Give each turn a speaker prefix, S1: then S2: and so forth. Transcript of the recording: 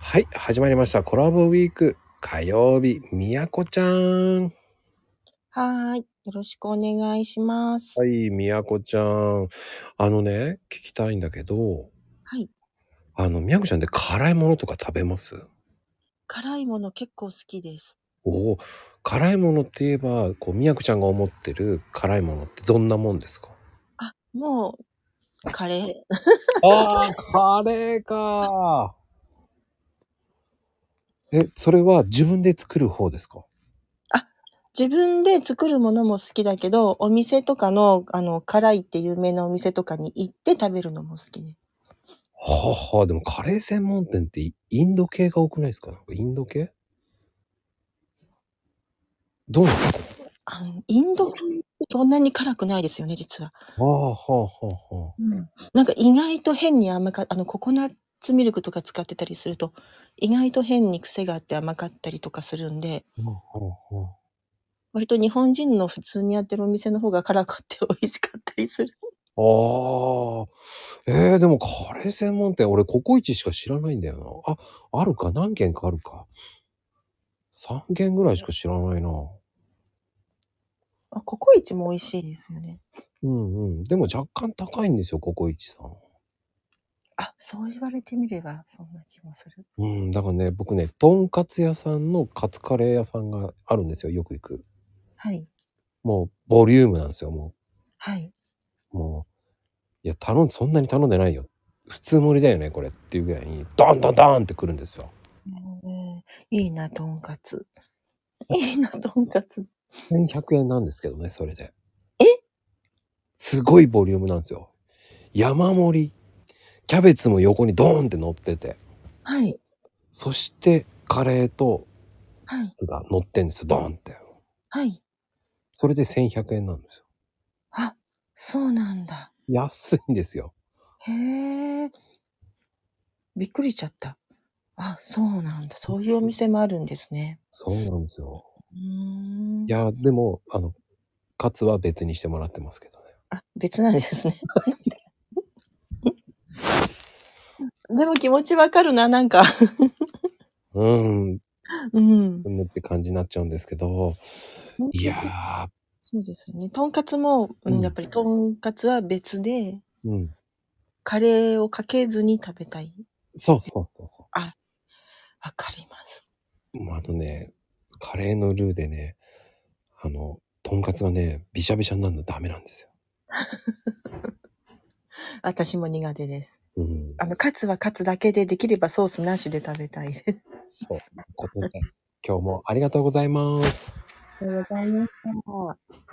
S1: はい、始まりました。コラボウィーク火曜日、みやこちゃん。
S2: はーい。よろしくお願いします。
S1: はい、みやこちゃん。あのね、聞きたいんだけど、
S2: はい。
S1: あの、みやこちゃんって辛いものとか食べます
S2: 辛いもの結構好きです。
S1: おお、辛いものって言えば、こう、みやこちゃんが思ってる辛いものってどんなもんですか
S2: あ、もう、カレー。
S1: ああ、カレーかえ、それは自分で作る方ですか
S2: 自分で作るものも好きだけど、お店とかの、あの、辛いって有名なお店とかに行って食べるのも好きです。
S1: はあはあ、でもカレー専門店ってイインド系が多くないですかなんかインド系どうなの
S2: あの、インド、そんなに辛くないですよね、実は。
S1: はあはあはあは
S2: うん。なんか意外と変に甘か、あの、ココナッツミルクとか使ってたりすると、意外と変に癖があって甘かったりとかするんで、
S1: あ。はあはあはあ
S2: 割と日本人の普通にやってるお店の方が辛くて美味しかったりする。
S1: ああ。えー、でもカレー専門店、俺ココイチしか知らないんだよな。あ、あるか何軒かあるか。3軒ぐらいしか知らないな。
S2: あ、ココイチも美味しいですよね。
S1: うんうん。でも若干高いんですよ、ココイチさん。
S2: あ、そう言われてみれば、そんな気もする。
S1: うん、だからね、僕ね、とんかつ屋さんのカツカレー屋さんがあるんですよ、よく行く。
S2: はい。
S1: もう、ボリュームなんですよ、もう。
S2: はい。
S1: もう、いや、頼ん、そんなに頼んでないよ。普通盛りだよね、これっていうぐらいに、ドンドンドンってくるんですよ。
S2: うんいいな、とんかつ。いいな、とんかつ。
S1: 1100円なんですけどね、それで。
S2: え
S1: すごいボリュームなんですよ。山盛り。キャベツも横にドーンって乗ってて。
S2: はい。
S1: そして、カレーと
S2: はい。
S1: ツが乗ってんですよ、ドーンって。
S2: はい。
S1: それで1100円なんですよ。
S2: あ、そうなんだ。
S1: 安いんですよ。
S2: へえ。びっくりしちゃった。あ、そうなんだ。そういうお店もあるんですね。
S1: そうなんですよ。
S2: うーん
S1: い。や、でも、あの、カツは別にしてもらってますけどね。
S2: あ、別なんです ね。でも気持ちわかるな、なんか。
S1: うん、
S2: うん。
S1: うんって感じになっちゃうんですけど。いやー、
S2: そうですよね。とんかつも、う
S1: うん
S2: ん、やっぱりとんかつは別で、
S1: うん。
S2: カレーをかけずに食べたい。
S1: そうそうそうそ
S2: わかります。
S1: う。もうあのね、カレーのルーでね、あの、とんかつがね、びしゃびしゃになるのダメなんですよ。
S2: 私も苦手です。
S1: うん。
S2: あの、カツはカツだけで、できればソースなしで食べたいです。
S1: そう。ということで、今日もありがとうございます。
S2: ありがとうございました。